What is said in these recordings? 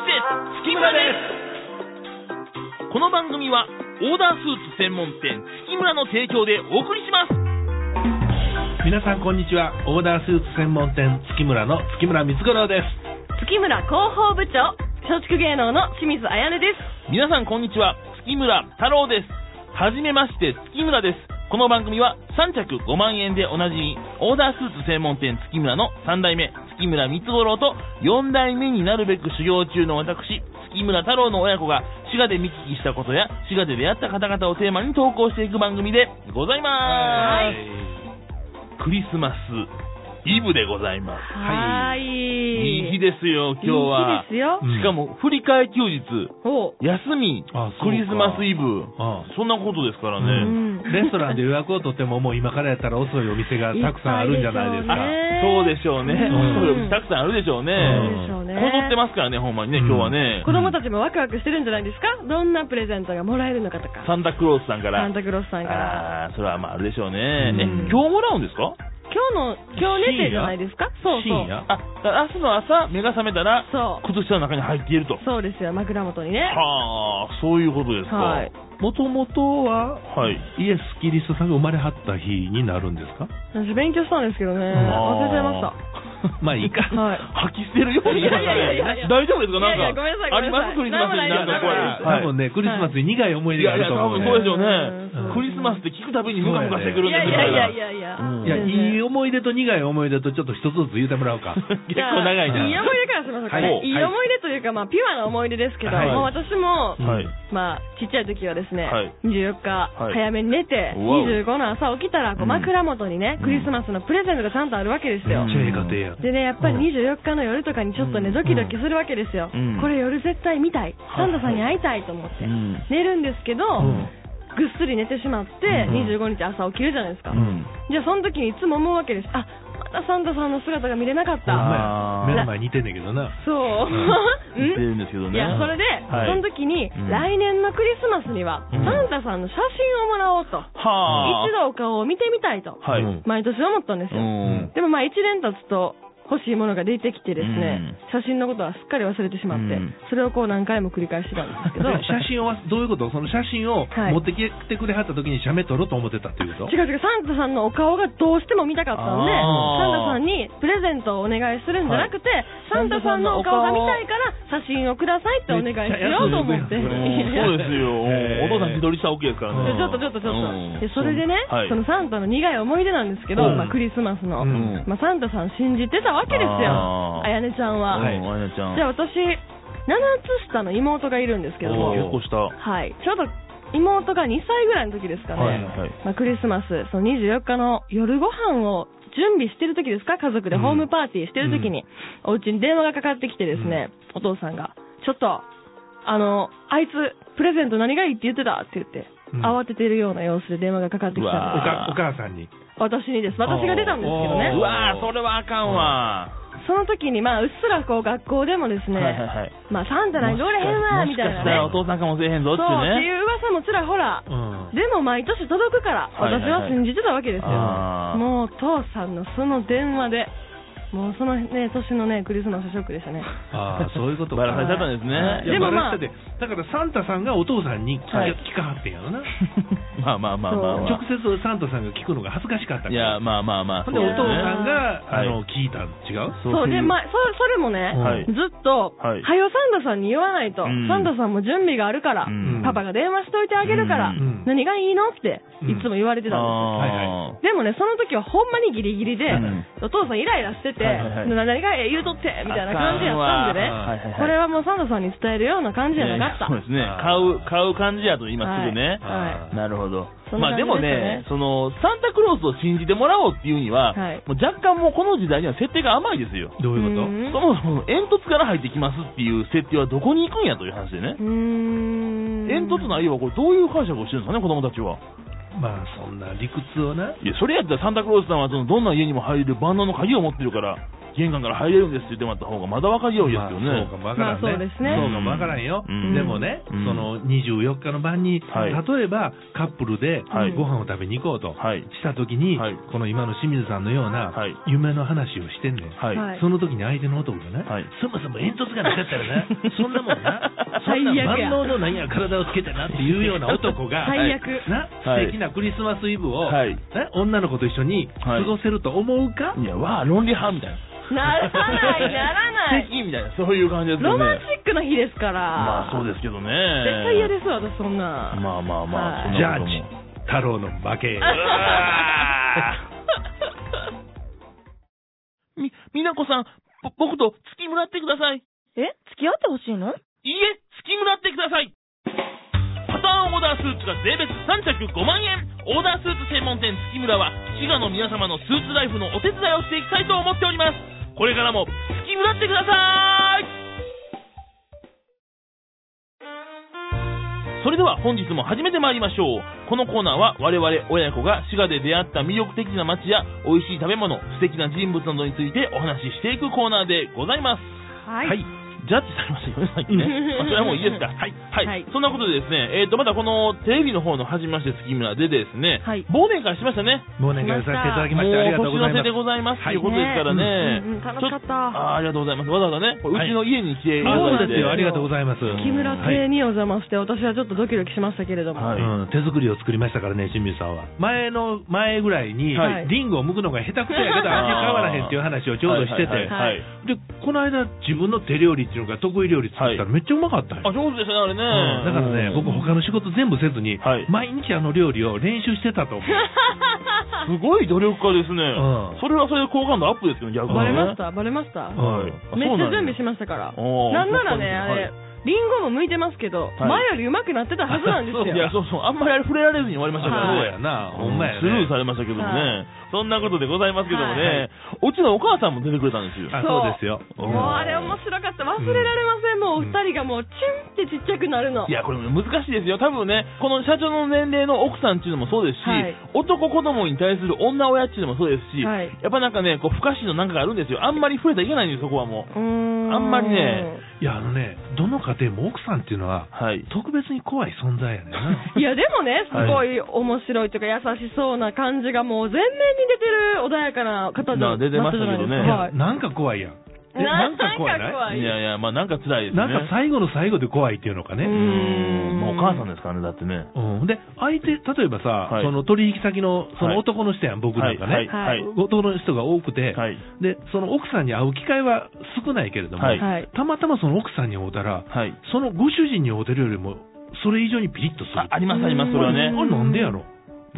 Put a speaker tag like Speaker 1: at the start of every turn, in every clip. Speaker 1: 木村ですこの番組はオーダースーツ専門店月村の提供でお送りします
Speaker 2: 皆さんこんにちはオーダースーツ専門店月村の月村光五郎です
Speaker 3: 月村広報部長松竹芸能の清水彩音です
Speaker 1: 皆さんこんにちは月村太郎ですはじめまして月村ですこの番組は3着5万円でおなじみオーダースーツ専門店月村の3代目月村光五郎と4代目になるべく修行中の私月村太郎の親子が滋賀で見聞きしたことや滋賀で出会った方々をテーマに投稿していく番組でございます、クリスマスイブでございます
Speaker 2: はい
Speaker 1: いい日で
Speaker 3: す
Speaker 1: すよ今日はい
Speaker 3: い日ですよ
Speaker 2: うん
Speaker 1: しかも振り替え休日
Speaker 3: おう
Speaker 1: 休み
Speaker 2: あそ
Speaker 1: ク
Speaker 2: うか
Speaker 1: リスマスイブ
Speaker 2: ああ
Speaker 1: そんなことですから
Speaker 2: う
Speaker 1: ね、
Speaker 3: ん
Speaker 2: レストランで予約を取ってももう今からやったら遅いお店がたくさんあるんじゃないですか
Speaker 3: いっぱいでしょうね
Speaker 1: あそうでしょうね、
Speaker 3: うん
Speaker 1: たくさんあるでしょうね、
Speaker 2: うん
Speaker 3: そうでし
Speaker 1: こ
Speaker 3: ょうね
Speaker 1: ぞってますからねほんまにね
Speaker 2: うん
Speaker 1: 今日はね、
Speaker 3: 子供たちもワクワクしてるんじゃないですかどんなプレゼントがもらえるのかとか
Speaker 1: サンタクロースさんから
Speaker 3: サンタクロスさんか
Speaker 1: あ
Speaker 3: ら
Speaker 1: あーそれはまああるでしょうね、
Speaker 2: う
Speaker 1: え
Speaker 2: ん
Speaker 1: 今日もらうんですか
Speaker 3: 今日の今日寝てじゃないですかそうそ
Speaker 2: 深
Speaker 3: う
Speaker 2: 夜
Speaker 1: あだ明日の朝目が覚めたら
Speaker 3: そ
Speaker 1: 靴下の中に入っていると
Speaker 3: うそうですよ枕元にね
Speaker 1: はあそういうことですか
Speaker 3: はい
Speaker 2: もともとは
Speaker 1: はい
Speaker 2: イエス・キリストさんが生まれはった日になるんですか
Speaker 3: 私勉強したんですけどね忘れちゃいました
Speaker 1: した
Speaker 2: まあいいか
Speaker 3: はい
Speaker 1: 吐き捨てるように
Speaker 3: いやいやいやいや
Speaker 1: 大丈夫ですかなん
Speaker 3: いやいや
Speaker 1: か
Speaker 3: ごめんなさい
Speaker 1: あります
Speaker 3: ご
Speaker 1: クリ
Speaker 3: めん
Speaker 1: ス
Speaker 3: な
Speaker 1: マス
Speaker 3: さ
Speaker 1: に
Speaker 3: い
Speaker 1: なんかこれ
Speaker 3: なんも
Speaker 2: 多分ね、クリスマスに苦い思い
Speaker 1: い
Speaker 2: 出が
Speaker 1: や
Speaker 2: あ
Speaker 1: いや
Speaker 2: ると
Speaker 1: 多
Speaker 2: 思う
Speaker 1: 分
Speaker 2: ね
Speaker 1: そうでしょうね
Speaker 3: うん
Speaker 1: クリスマスって聞くたびにムカムカしてくるん
Speaker 3: い
Speaker 1: で
Speaker 3: や
Speaker 1: す
Speaker 3: い
Speaker 1: よ
Speaker 3: やいやい
Speaker 1: 結
Speaker 3: やいや
Speaker 1: うん
Speaker 2: いや、いい思い出と苦い思い出とちょっと一つずつ言うてもらおうか。
Speaker 1: 構長い
Speaker 3: じゃあいい
Speaker 1: な
Speaker 3: 思い出からしましょうか
Speaker 1: はい
Speaker 3: ね。いい思い出というか、まあ、ピュアな思い出ですけど、
Speaker 2: はい
Speaker 3: もう私も、
Speaker 2: うん
Speaker 1: はい
Speaker 3: まあ、ちっちゃい時はですね、
Speaker 1: はい
Speaker 3: 24日、
Speaker 1: はい
Speaker 3: 早めに寝て、
Speaker 1: うわお
Speaker 3: 25の朝起きたら、
Speaker 1: う
Speaker 3: こうん枕元にね、クリスマスのプレゼントがちゃんとあるわけですよ
Speaker 1: うん。
Speaker 2: ちょええ家庭やん。
Speaker 3: でね、やっぱり
Speaker 2: うん
Speaker 3: 24日の夜とかにちょっとね、
Speaker 1: うん
Speaker 3: ドキドキするわけですよ。
Speaker 1: うん
Speaker 3: これ夜絶対見たい。
Speaker 1: はい
Speaker 3: サンタさんに会いたいと思って。
Speaker 1: うん
Speaker 3: 寝るんですけど、
Speaker 2: うん
Speaker 3: ぐっすり寝てしまって、
Speaker 1: うん
Speaker 3: 25日朝起きるじゃないですか。
Speaker 1: うん
Speaker 3: じゃあ、その時にいつも思うわけです。あ、またサンタさんの姿が見れなかっ
Speaker 2: ほん
Speaker 3: た。
Speaker 2: まや目の前に似てんねんけどな。
Speaker 3: そう。う
Speaker 1: 言ってる
Speaker 3: ん
Speaker 1: んですけどね
Speaker 3: いや、それで、
Speaker 1: はい
Speaker 3: その時
Speaker 1: う
Speaker 3: に、
Speaker 1: ん
Speaker 3: 来年のクリスマスには、
Speaker 1: うん
Speaker 3: サンタさんの写真をもらおうと。
Speaker 1: はあ
Speaker 3: 一度お顔を見てみたいと、
Speaker 1: はい
Speaker 2: うん
Speaker 3: 毎年思ったんです
Speaker 1: う
Speaker 3: よ。
Speaker 1: ん
Speaker 3: でもまあ、一年経つと、欲しいものが出てきてですね、写真のことはすっかり忘れてしまっ
Speaker 1: う
Speaker 3: て、
Speaker 1: ん
Speaker 3: それをこう何回も繰り返してたんですけ
Speaker 2: で
Speaker 3: ど、
Speaker 2: 写真をわす、どういうことその写真を
Speaker 3: はい
Speaker 2: 持ってきてくれはった時に写メ撮ろうと思ってたっていうこと
Speaker 3: 違う違う、サンタさんのお顔がどうしても見たかったんで、サンタ
Speaker 1: あー
Speaker 3: さんにプレゼントをお願いするんじゃなくて、サンタさんのお顔が見たいから、写真をくださいってお願いしようと思って。
Speaker 2: めっちゃ安
Speaker 1: う
Speaker 2: い
Speaker 1: ん
Speaker 2: ね
Speaker 1: そうです よ
Speaker 2: へー
Speaker 1: お父さん自撮りしたら OK ですから
Speaker 2: う
Speaker 1: ね
Speaker 2: ん
Speaker 3: ちょっとちょっとちょっ
Speaker 1: うん
Speaker 3: と。でそれでね、
Speaker 1: はい
Speaker 3: そのサンタの苦い思い出なんですけど、
Speaker 2: うん
Speaker 3: まあ、クリスマスの、
Speaker 2: うん
Speaker 3: まあ、サンタさん信じてたわけです
Speaker 1: あ
Speaker 3: よ、
Speaker 1: ー
Speaker 3: あやねちゃんは。
Speaker 2: はい
Speaker 1: うんあやちゃん
Speaker 3: じゃあ私、7つ下の妹がいるんですけども、
Speaker 1: おー結構した
Speaker 3: はい、ちょうど妹が2歳ぐらいの時ですかね、
Speaker 1: はいはい
Speaker 3: まあ、クリスマス、その24日の夜ご飯を準備してる時ですか、家族でホームパーティーしてる時に、お家に電話がかかってきてですね、お父さんが、ちょっと、あの、あいつ、プレゼント何がいいって言ってたって言って、
Speaker 2: うん
Speaker 3: 慌ててるような様子で電話がかかってきた
Speaker 2: お
Speaker 3: ん
Speaker 1: う
Speaker 3: で
Speaker 1: わ
Speaker 2: かお母さんに。
Speaker 3: す。私にです。私が出たんですけど
Speaker 2: おー
Speaker 3: ね
Speaker 1: う。わーそれはあかんわ
Speaker 3: その時に、まあ、うっすらこう、学校でもですね、
Speaker 1: はいはいはい
Speaker 3: まあ、サンタなんておれへんわ、みたい
Speaker 1: もしか
Speaker 3: な
Speaker 1: した
Speaker 3: ね
Speaker 1: ら。お父さんかもしれへんぞ
Speaker 3: そう、
Speaker 1: っ
Speaker 3: ってて
Speaker 1: いうね
Speaker 3: いう噂もちらほら
Speaker 2: う、ん。
Speaker 3: でも毎年届くから、
Speaker 1: はいはい
Speaker 3: 私
Speaker 1: はい
Speaker 3: は信じてたわけですよ。
Speaker 1: あー
Speaker 3: もう、父さんのその電話で、もうそのね、年のね、クリスマスショックでしたね。
Speaker 2: ああ、そういうことか。
Speaker 1: バラされちゃったんです
Speaker 3: は
Speaker 2: で
Speaker 1: ね
Speaker 3: で
Speaker 2: も
Speaker 3: も
Speaker 2: ま
Speaker 3: ま
Speaker 2: あ、
Speaker 3: あ
Speaker 2: だからサンタさんがお父さんに聞か
Speaker 1: はい
Speaker 2: 聞かはってんやろな、
Speaker 1: まあまあまあまあまあ
Speaker 2: 直接サンタさんが聞くのが恥ずかしかったか
Speaker 1: い
Speaker 2: ら
Speaker 1: やまあまあまあ
Speaker 2: ほ
Speaker 1: そ
Speaker 2: ん
Speaker 1: うで
Speaker 2: でお
Speaker 1: す
Speaker 2: 父さんが、
Speaker 1: はい
Speaker 2: あの聞いたん違う
Speaker 1: そう
Speaker 3: そう、
Speaker 1: そうい
Speaker 3: で、
Speaker 1: う
Speaker 3: まあ、そそれもね、
Speaker 1: はい
Speaker 3: ずっと、
Speaker 1: はい
Speaker 3: はよサンタさんに言わないと、
Speaker 1: うん
Speaker 3: サンタさんも準備があるから、
Speaker 1: うん
Speaker 3: パパが電話しといてあげるから、
Speaker 1: うん
Speaker 3: 何がいいのって、
Speaker 2: うん
Speaker 3: いつも言われてたんですよ。
Speaker 1: あー
Speaker 3: でもね、その時はほんまにギリギリで、
Speaker 1: うん
Speaker 3: お父さんイライラしてて、
Speaker 1: はいはいはい
Speaker 3: 何が言うとって、みたいな感じやったんでね、
Speaker 1: あかんわはいはいはい
Speaker 3: これはもうサンタさんに伝えるような感じじゃなかった。
Speaker 1: そうですね
Speaker 2: あ
Speaker 1: 買う
Speaker 2: ー
Speaker 1: 買う感じやと今すぐね
Speaker 3: は
Speaker 1: なるほど
Speaker 3: そん
Speaker 1: ま
Speaker 3: な
Speaker 1: あ
Speaker 3: 感
Speaker 1: で
Speaker 3: じ
Speaker 1: も
Speaker 3: で
Speaker 1: ね
Speaker 3: し
Speaker 1: そのサンタクロースを信じてもらおうっていうには
Speaker 3: はい
Speaker 1: もう若干もうこの時代には設定が甘いですよ
Speaker 2: どういうこと
Speaker 3: う
Speaker 1: そ
Speaker 3: ん
Speaker 1: もそも煙突から入ってきますっていう設定はどこに行くんやという話でね
Speaker 3: うーん。
Speaker 1: 煙突の内容はこれどういう解釈をしてるんですかね子供たちは
Speaker 2: まあそんな理屈をない
Speaker 1: やそれやったらサンタクロースさんはそのどんな家にも入れる万能の鍵を持ってるから玄関から入れるんですって言ってもらった方がまだわかりようですよね。
Speaker 2: まあそうか、わからん
Speaker 3: まあそ
Speaker 2: ね。
Speaker 3: うですね
Speaker 2: そうか、わからんよ。
Speaker 1: うん
Speaker 2: でもね、
Speaker 1: うん
Speaker 2: その24日の晩に、
Speaker 1: はい
Speaker 2: 例えばカップルで
Speaker 1: はい
Speaker 2: ご飯を食べに行こう
Speaker 1: は
Speaker 2: と、
Speaker 1: い
Speaker 2: した時に、
Speaker 1: はい
Speaker 2: この今の清水さんのような
Speaker 1: はい
Speaker 2: 夢の話をしてんねん。
Speaker 1: はい。
Speaker 3: はい
Speaker 2: その時に相手の男がね、
Speaker 1: はい
Speaker 2: そもそも煙突がなかったら な、そんなもんな、そ
Speaker 3: 最
Speaker 2: んな
Speaker 3: 悪や
Speaker 2: 万能の何や体をつけてなっていうような男が、
Speaker 3: 最悪
Speaker 2: な、
Speaker 1: はい
Speaker 2: 素敵なクリスマスイブを、
Speaker 1: はい
Speaker 2: ね女の子と一緒に過ごせると思うか、
Speaker 1: いや、わあ、論理派みたいな。
Speaker 3: ならない、な らない。
Speaker 1: 敵みたいな、そういう感じですよ
Speaker 3: ロ
Speaker 1: ね。
Speaker 3: マンチックな日ですから。
Speaker 1: まあそうですけどね。
Speaker 3: 絶対嫌です、私そんな。
Speaker 1: まあまあまあ、
Speaker 3: はい
Speaker 1: そん
Speaker 2: ジャ
Speaker 1: なこ
Speaker 2: ッ
Speaker 1: と
Speaker 2: ジ
Speaker 1: も。
Speaker 2: 太郎の 負け。
Speaker 1: うわー み、みなこさん、ぼ僕と月村ってください。
Speaker 4: え付き合ってほしいの
Speaker 1: いいえ、月村ってください。パターンオーダースーツが税別3着5万円。オーダースーツ専門店月村は、滋賀の皆様のスーツライフのお手伝いをしていきたいと思っております。これからも月村ってください。それでは本日も始めてまいりましょう。このコーナーは我々親子が滋賀で出会った魅力的な街や美味しい食べ物、素敵な人物などについてお話ししていくコーナーでございます。
Speaker 3: はい。
Speaker 1: はい。ジャッジされましたよね、さっき ね。まあ、それはもういいですか。はい。はい。
Speaker 3: はい
Speaker 1: そんなことでですね、えっ、と、またこのテレビの方の始めまして月村でですね、
Speaker 3: はい
Speaker 1: 忘年会しましたね。
Speaker 2: もうお願いさせていただきまして、ありがとう
Speaker 1: もう年
Speaker 2: ござい
Speaker 1: の瀬
Speaker 2: ま。
Speaker 1: ですございます。
Speaker 2: はい
Speaker 1: ということですからね。
Speaker 3: うんうん楽しかった
Speaker 1: ちょあーありがとうございます。わざわざね、これうちの家に来ていた
Speaker 2: あ、そう
Speaker 1: だい
Speaker 2: で
Speaker 1: て。
Speaker 2: すよ。ありがとうございます。
Speaker 3: 木村
Speaker 2: はい
Speaker 3: 邸にお邪魔して、私はちょっとドキドキしましたけれども。
Speaker 1: はい
Speaker 2: うん、手作りを作りましたからね、清水さんは。前の、前ぐらいに、
Speaker 3: はい
Speaker 2: リンゴを剥くのが下手くそやけど、味変わらへんっていう話をちょうどしてて、
Speaker 1: はいはいはいはい
Speaker 2: で、この間、自分の手料理っていうのが得意料理作ったら
Speaker 1: は
Speaker 2: めっちゃうまかったんよ
Speaker 1: あ、上手でしたね、あれね。
Speaker 2: うんだからね、僕他の仕事全部せずに、
Speaker 1: はい
Speaker 2: 毎日あの料理を練習してたと思う。
Speaker 1: すごい努力家ですね。
Speaker 2: うん
Speaker 1: それはそれで好感度アップですよね、逆にね。
Speaker 3: バレました、バレました。
Speaker 2: はい
Speaker 1: あ
Speaker 3: めっ
Speaker 1: そ
Speaker 3: ちゃ
Speaker 1: うな
Speaker 3: 準
Speaker 1: んや
Speaker 3: 備しましたから。
Speaker 1: おー
Speaker 3: なんなら
Speaker 1: そ
Speaker 3: ね、あ
Speaker 1: うなんや
Speaker 3: れ、リンゴも剥いてますけど、
Speaker 1: い
Speaker 3: 前より上手くなってたはずなんです
Speaker 1: い
Speaker 3: よ。
Speaker 1: や、そうそう、あんまりあれ触れられずに終わりましたからね。
Speaker 2: そうやな、ほんまやね。
Speaker 1: スルーされましたけども
Speaker 3: は
Speaker 1: ね。そんなことでございますけども
Speaker 3: は
Speaker 1: ね。うちのお母さんも出てくれたんですよ。
Speaker 2: あ、
Speaker 3: そう
Speaker 2: そうですよ。
Speaker 1: うん
Speaker 3: もうあれ面白かった。忘れられません。もうお二人がもう、チュンってちっちゃくなるの。
Speaker 1: いや、これ難しいですよ。多分ね、この社長の年齢の奥さんっていうのもそうですし、
Speaker 3: はい
Speaker 1: 男子供に対する女親っていうのもそうですし、
Speaker 3: はい
Speaker 1: やっぱなんかね、こう、不可視のなんかがあるんですよ。あんまり触れたらいけないんですよ、そこはも
Speaker 3: うーん。
Speaker 1: あんまりね
Speaker 2: いや、あのね、どの家庭も奥さんっていうのは
Speaker 1: う。、はい。
Speaker 2: 特別に怖い存在やね んな。
Speaker 3: いやでもね、すごい面白いというか、優しそうな感じがもう全面に出てる穏やかな方じゃ
Speaker 1: な
Speaker 3: な
Speaker 1: あ出てましたけどね
Speaker 3: なっじゃない
Speaker 2: いや
Speaker 3: です
Speaker 2: なんか怖いやん。え
Speaker 3: な
Speaker 2: なんか怖い
Speaker 3: なんか
Speaker 2: な
Speaker 3: 怖い
Speaker 1: いやいや、まあなんか辛いで
Speaker 2: い
Speaker 1: すね。
Speaker 2: なんか最後の最後で怖いっていうのか
Speaker 1: う
Speaker 2: ね。
Speaker 1: ん、
Speaker 3: ん
Speaker 1: まあお母さんですからね、だってね。
Speaker 2: うん、で、相手、例えばさ、
Speaker 1: はい
Speaker 2: その取引先のそ
Speaker 1: はい
Speaker 2: の男の人やん、僕なんかね、
Speaker 1: はい、はい、
Speaker 2: 男の人が多くて、
Speaker 1: はい。
Speaker 2: で、その奥さんに会う機会は少ないけれども、
Speaker 1: はい
Speaker 3: はい。
Speaker 2: たまたまその奥さんに会うたら、
Speaker 1: はい。
Speaker 2: そのご主人に会うてるよりも、それ以上にピリッとする
Speaker 1: あ、。ありますあります、それは
Speaker 2: あ
Speaker 1: ね。
Speaker 2: れなんでやろ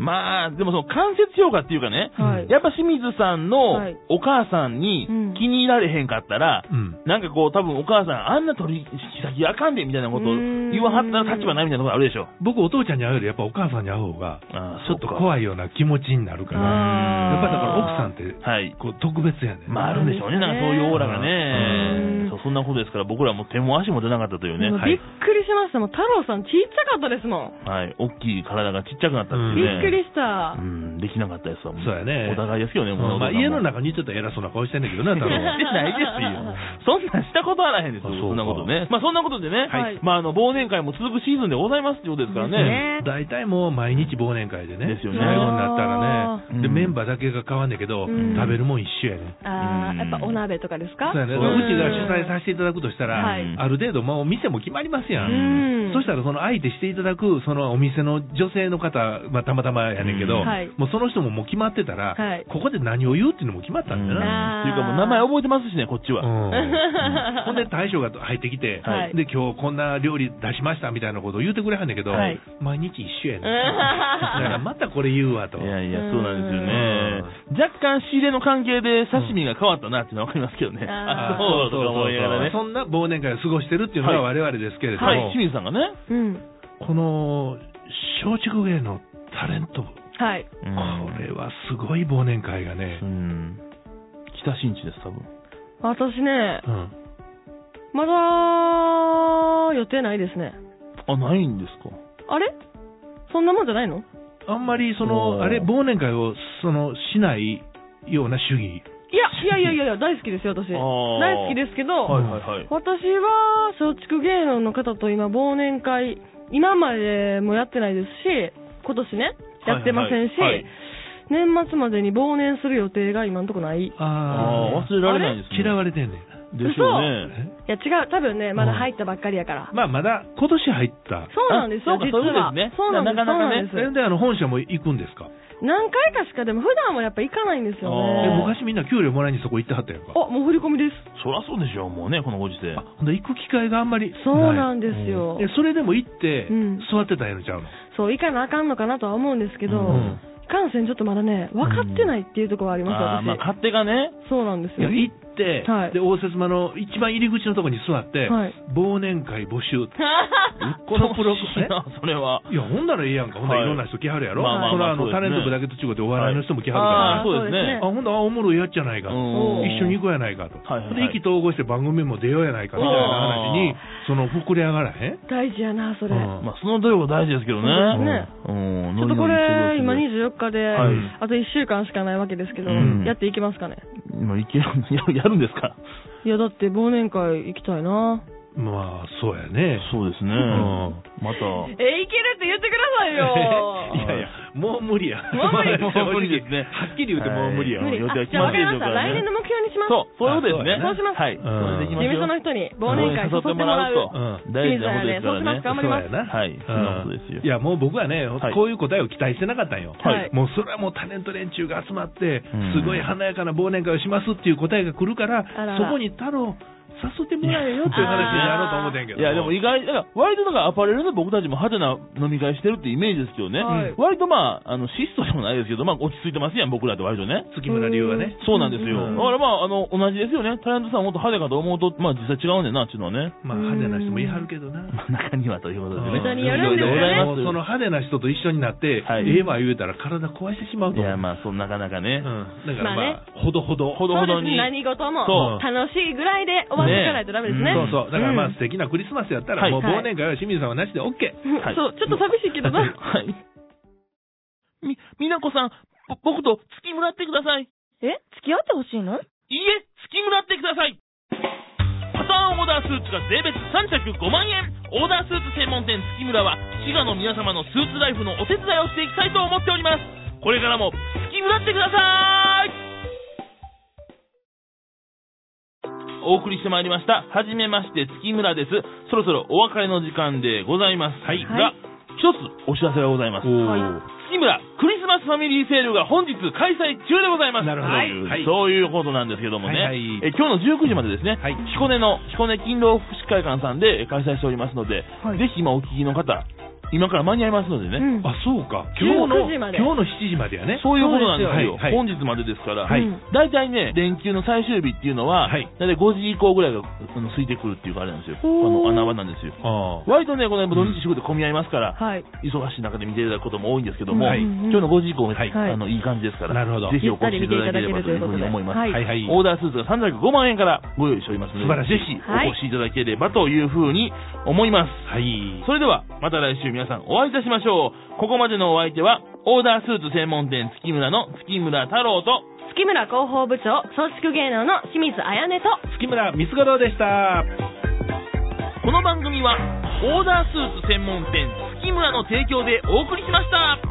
Speaker 1: まあ、でもその間接評価っていうかね、
Speaker 3: はい
Speaker 1: やっぱ清水さんの
Speaker 3: はい
Speaker 1: お母さんに
Speaker 3: うん
Speaker 1: 気に入られへんかったら、
Speaker 2: うん。
Speaker 1: なんかこう、多分お母さん、あんな取引先あかんで、みたいなこと
Speaker 3: うーん
Speaker 1: 言わはったら立場ないみたいなところあるでしょ。
Speaker 2: 僕、お父ちゃんに会うより、やっぱお母さんに会う方が、
Speaker 1: あー
Speaker 2: ちょっと
Speaker 1: い。
Speaker 2: 怖いような気持ちになるから、
Speaker 3: あー
Speaker 2: やっぱりだから奥さんって、
Speaker 1: はい。
Speaker 2: こう特別やねん
Speaker 1: まあ、あるんでしょうね。なんかそういうオーラがね
Speaker 3: うん。
Speaker 1: そうそんなことですから、僕らも手も足も出なかったというね。
Speaker 3: もう
Speaker 1: は
Speaker 3: びっ
Speaker 1: い。
Speaker 3: くりしました。もう太郎さんちっちゃかったですもん。
Speaker 1: はい。大きい体がちっちゃくなったって
Speaker 3: び
Speaker 1: いう
Speaker 3: っ
Speaker 1: ね。
Speaker 3: くりした
Speaker 1: う。ん、できなかったですわ。も
Speaker 2: そうやね
Speaker 1: お互いですよね、
Speaker 2: うんまあ、
Speaker 1: お父さんも
Speaker 2: 家の中にちょっと偉そうな顔してんだけどな、多
Speaker 1: して
Speaker 2: 分。
Speaker 1: ないですよ。そんなんしたことあらへんですよ
Speaker 2: あ、そ
Speaker 1: そ
Speaker 2: うか
Speaker 1: んなことね。まあそんなことでね、
Speaker 3: はい
Speaker 1: まああの、忘年会も続くシーズンでございますってことですからね。
Speaker 3: ね
Speaker 2: 大体もう毎日忘年会でね、
Speaker 1: ですよね
Speaker 2: 最後になったら
Speaker 1: あー
Speaker 2: ね、で
Speaker 1: うん
Speaker 2: メンバーだけが変わんねんけ
Speaker 3: う
Speaker 2: ど、
Speaker 3: ん
Speaker 2: 食べるもん一緒やね。
Speaker 3: ああ、やっぱお鍋とかですか
Speaker 2: そうやね、
Speaker 1: う
Speaker 2: うんちが主催させていただくとしたら、
Speaker 3: はい
Speaker 2: ある程度、もう店も決まりますや。
Speaker 3: うんん。
Speaker 2: そしたら、その相手していただく、そのお店の女性の方、まあ、たまたまやねんけ
Speaker 1: う
Speaker 2: ど、
Speaker 1: ん
Speaker 3: はい
Speaker 2: もうその人ももう決まってたら、
Speaker 3: はい
Speaker 2: ここで何を言うっていうのも決まったんだよな。
Speaker 3: あー
Speaker 1: っていうかもう名前覚えてますしね、こっちは。
Speaker 2: うん ほんで大将が入ってきて、
Speaker 3: はい
Speaker 2: で今日こんな料理出しましたみたいなことを言うてくれはんねんけど、
Speaker 3: はい
Speaker 2: 毎日一緒やね
Speaker 3: う
Speaker 2: ん。だ
Speaker 3: ん
Speaker 2: からまたこれ言うわと。
Speaker 1: いやいや、そうなんですよね。若干仕入れの関係で刺身が変わったなっていうのはわかりますけどね。
Speaker 3: あー
Speaker 1: あ、そうだとか思いながらね。
Speaker 2: そんな忘年会を過ごしてるっていうのは我々ですけれども、
Speaker 1: はい、清水さんがね。
Speaker 3: うん。
Speaker 2: この松竹芸のタレント、
Speaker 3: はい。
Speaker 1: う
Speaker 2: これはすごい忘年会がね
Speaker 1: う、ん。北新地です、多分。
Speaker 3: 私ね、
Speaker 2: うん
Speaker 3: まだ、予定ないですね。
Speaker 1: あ、ないんですか。
Speaker 3: あれそんなもんじゃないの
Speaker 2: あんまりそ
Speaker 1: おー
Speaker 2: のあれ忘年会をそのしないような主義。
Speaker 3: いや、いやいやいやいや、大好きですよ、私。
Speaker 1: あー
Speaker 3: 大好きですけど、
Speaker 1: はいはいはい。
Speaker 3: 私は松竹芸能の方と今忘年会今までもやってないですし今年ねやってませんし、
Speaker 1: はいはいはい
Speaker 3: 年末までに忘年する予定が今んとこない
Speaker 1: ああ、忘れられないですね。
Speaker 2: 嫌われてんねん
Speaker 1: でしょうね。
Speaker 3: いや
Speaker 2: え
Speaker 3: 違う多分ねまだ入ったばっかりやから、
Speaker 2: まあまだ今年入った
Speaker 3: そうなんです
Speaker 1: あ
Speaker 3: よ
Speaker 1: そうか
Speaker 3: 実
Speaker 1: そういう
Speaker 3: は
Speaker 1: ことですね
Speaker 3: そうなんです
Speaker 1: なかなかね
Speaker 3: そうなんです
Speaker 2: えであの本社も行くんですか
Speaker 3: 何回かしかでも普段はやっぱ行かないんですよ
Speaker 1: あ
Speaker 2: え
Speaker 1: ー
Speaker 3: ね
Speaker 2: 昔みんな給料もらいにそこ行ってはったやんか
Speaker 3: あもう振り込みです
Speaker 1: そりゃそうでしょう、もうね、このご時世。
Speaker 2: あほんで行く機会があんまりない
Speaker 3: そうなんですよ
Speaker 2: うんえそれでも行って
Speaker 3: うん
Speaker 2: 座ってたんやろちゃうの、
Speaker 3: そう行かなあかんのかなとは思うんですけど、
Speaker 1: うん
Speaker 3: 感染ちょっとまだね分かってないっていうところはあります、
Speaker 1: あーまあ、
Speaker 3: 私、
Speaker 1: 勝手がね、
Speaker 3: そうなんです
Speaker 2: いや
Speaker 3: よ
Speaker 2: 行って、
Speaker 3: はい
Speaker 2: で応接間の一番入り口のとこに座って、
Speaker 3: はい
Speaker 2: 忘年会募集ってこのプログ
Speaker 1: 楽しいなそれは。
Speaker 2: いやほんならいいやんかほんならいろんな人来はるやろ、
Speaker 1: はいまあまあ
Speaker 2: それはあ
Speaker 1: そ
Speaker 2: の、
Speaker 1: うです
Speaker 2: タ
Speaker 1: ね
Speaker 2: レント部だけと違ってお笑いの人も来はるから、
Speaker 1: ああ、
Speaker 3: ー
Speaker 1: そうです
Speaker 3: そう
Speaker 1: ね
Speaker 3: で。
Speaker 2: あ、ほんと、あ、おもろいやっちゃないかと。
Speaker 1: うん
Speaker 2: 一緒に行こうやないかと。
Speaker 1: はいはいはい
Speaker 2: で、意気投合して番組も出ようやないかみたいな話に
Speaker 1: あ、
Speaker 2: その、膨れ上がらへん
Speaker 3: 大事やなそれ、
Speaker 2: うん
Speaker 1: まあ、その努力大事ですけどね。
Speaker 3: そう
Speaker 2: です
Speaker 1: うん。
Speaker 2: ね
Speaker 3: ちょっとこれ、今
Speaker 1: に、
Speaker 3: 24日で、
Speaker 1: はい
Speaker 3: あと1週間しかないわけですけど、
Speaker 1: うん
Speaker 3: やっていきますかね。
Speaker 1: 今いける、やるんですか
Speaker 3: いや、だって忘年会行きたいな。
Speaker 2: まあ、そうやね。
Speaker 1: そうですね。
Speaker 2: ん
Speaker 1: また。
Speaker 3: え、行けるって言ってくだ さい
Speaker 2: いやいや、もう無理や。
Speaker 3: もう無理
Speaker 2: 正直
Speaker 1: もう無理ですね
Speaker 2: はっきり言うてもう無理や。
Speaker 1: は
Speaker 3: 無理。
Speaker 1: 予定は
Speaker 3: あ、
Speaker 1: 決
Speaker 3: じゃあ
Speaker 1: まっ
Speaker 3: 分
Speaker 1: て
Speaker 3: か
Speaker 1: るでしょう
Speaker 3: りました。
Speaker 1: からね
Speaker 3: 来年の目標にします。
Speaker 1: そう、そういうことですね。
Speaker 2: あそうやねそう
Speaker 3: します
Speaker 1: はい。
Speaker 2: うん
Speaker 1: それでいきましょう
Speaker 3: 事務所の人に忘
Speaker 1: 誘
Speaker 3: 年会誘
Speaker 1: っ
Speaker 3: って
Speaker 1: も
Speaker 3: ても
Speaker 1: ら
Speaker 3: ら
Speaker 1: う
Speaker 3: う
Speaker 1: と
Speaker 2: うん
Speaker 1: 大事なことですからね。
Speaker 3: 審査やねそうしますか頑張ります
Speaker 2: そうやな。
Speaker 1: はいそんなことですよ
Speaker 2: うんいや、もう僕はね
Speaker 1: はい、
Speaker 2: こういう答えを期待してなかったんよ。
Speaker 3: はい
Speaker 2: もうそれはもうタレント連中が集まって
Speaker 1: うん、
Speaker 2: すごい華やかな忘年会をしますっていう答えが来るから
Speaker 3: あら、
Speaker 2: そこに太郎、誘ってもらえよっていう話になろうと思ってんけど。
Speaker 1: いやでも意外、だから割とだからアパレルで僕たちも派手な飲み会してるってイメージですけどね、
Speaker 3: はい
Speaker 1: 割とまあ、あの質素でもないですけど、まあ、落ち着いてますやん、僕らって割とね。
Speaker 2: 月村流はね。
Speaker 1: そうなんですよ。
Speaker 2: うん
Speaker 1: だからまあ、あの、同じですよね。タレントさんもっと派手かと思うと、まあ実際違うんだよな、っていうのはね。
Speaker 2: まあ派手な人も言いはるけどな。
Speaker 1: まあ中にはということですね。
Speaker 3: 人によるんですよね
Speaker 1: いろいろ
Speaker 2: もう
Speaker 1: ござ
Speaker 2: そ
Speaker 1: いま
Speaker 2: の派手な人と一緒になって、
Speaker 1: はい
Speaker 2: ええわ言うたら体壊してしまう
Speaker 1: す。
Speaker 2: と
Speaker 1: い
Speaker 2: 思う。
Speaker 1: や、まあ、そう、なかなかね。
Speaker 2: うん。だからまあ
Speaker 3: ま、
Speaker 2: ほどほど。
Speaker 1: ほど
Speaker 3: そ
Speaker 1: ほ
Speaker 3: うで
Speaker 1: ど
Speaker 3: すね。
Speaker 1: に。
Speaker 3: 何事
Speaker 1: そ
Speaker 3: も
Speaker 1: う
Speaker 3: 楽しいぐらいで終わっていかないとダメですね。
Speaker 2: そうそう。だからまあ
Speaker 3: うん
Speaker 2: 素敵なクリスマスやったら、
Speaker 1: はい
Speaker 2: もう忘年会は清水さんはなしで OK。
Speaker 1: はい
Speaker 3: そう、ちょっと寂しいけどな。
Speaker 1: はい。み、みなこさん、ぼ僕と月村ってください。
Speaker 4: え付き合ってほしいの
Speaker 1: いいえ、月村ってください。パターンオーダースーツが税別3着5万円。オーダースーツ専門店月村は、滋賀の皆様のスーツライフのお手伝いをしていきたいと思っております。これからも月村ってください。お送りしてまいりました。はじめまして、月村です。そろそろお別れの時間でございます。はい。が、一つお知らせがございます。
Speaker 2: お
Speaker 1: 月村クリスマスファミリーセールが本日開催中でございます。
Speaker 2: なるほど
Speaker 1: はい
Speaker 2: はい
Speaker 1: そういうことなんですけどもね、
Speaker 2: はいはい
Speaker 1: え今日の19時までですね、
Speaker 2: はい
Speaker 1: 彦根の彦根勤労福祉会館さんでえ開催しておりますので、
Speaker 3: はい
Speaker 1: ぜひ今お聞きの方、今から間に合いますのでね、
Speaker 3: うん
Speaker 2: あ、そうか。今日の、
Speaker 3: 19時ま
Speaker 2: 今
Speaker 3: で
Speaker 2: 日の7時までやね。
Speaker 1: そういうことなんですよ。
Speaker 2: そうですよはいはい
Speaker 1: 本日までですから、
Speaker 2: はい
Speaker 3: うん
Speaker 1: 大体ね、連休の最終日っていうのは、
Speaker 2: はい
Speaker 1: 大体5時以降ぐらいがあの空いてくるっていうかあれなんですよ。あの穴場なんですよ。
Speaker 2: ああ。
Speaker 1: 割とね、この土日仕事混み合いますから、
Speaker 3: はい。
Speaker 1: 忙しい中で見ていただくことも多いんですけども、
Speaker 2: はい
Speaker 1: 今日の5時以降も、
Speaker 2: はい
Speaker 1: あのいい感じですから、
Speaker 2: なるほど
Speaker 1: ぜひお越しいただければというふうに思います。
Speaker 3: はい
Speaker 2: はいはい。
Speaker 1: オーダースーツが305万円からご用意しておりますので、
Speaker 2: 素晴らしい
Speaker 1: ぜひお越しいただければというふうに思います。
Speaker 2: はい。
Speaker 1: それでは、また来週皆さんお会いいたしましょう。ここまでのお相手は、オーダースーツ専門店月村の月村太郎と、
Speaker 3: 月村広報部長、松竹芸能の清水彩音と、
Speaker 2: 月村光五郎でした。
Speaker 1: この番組は、オーダースーツ専門店月村の提供でお送りしました。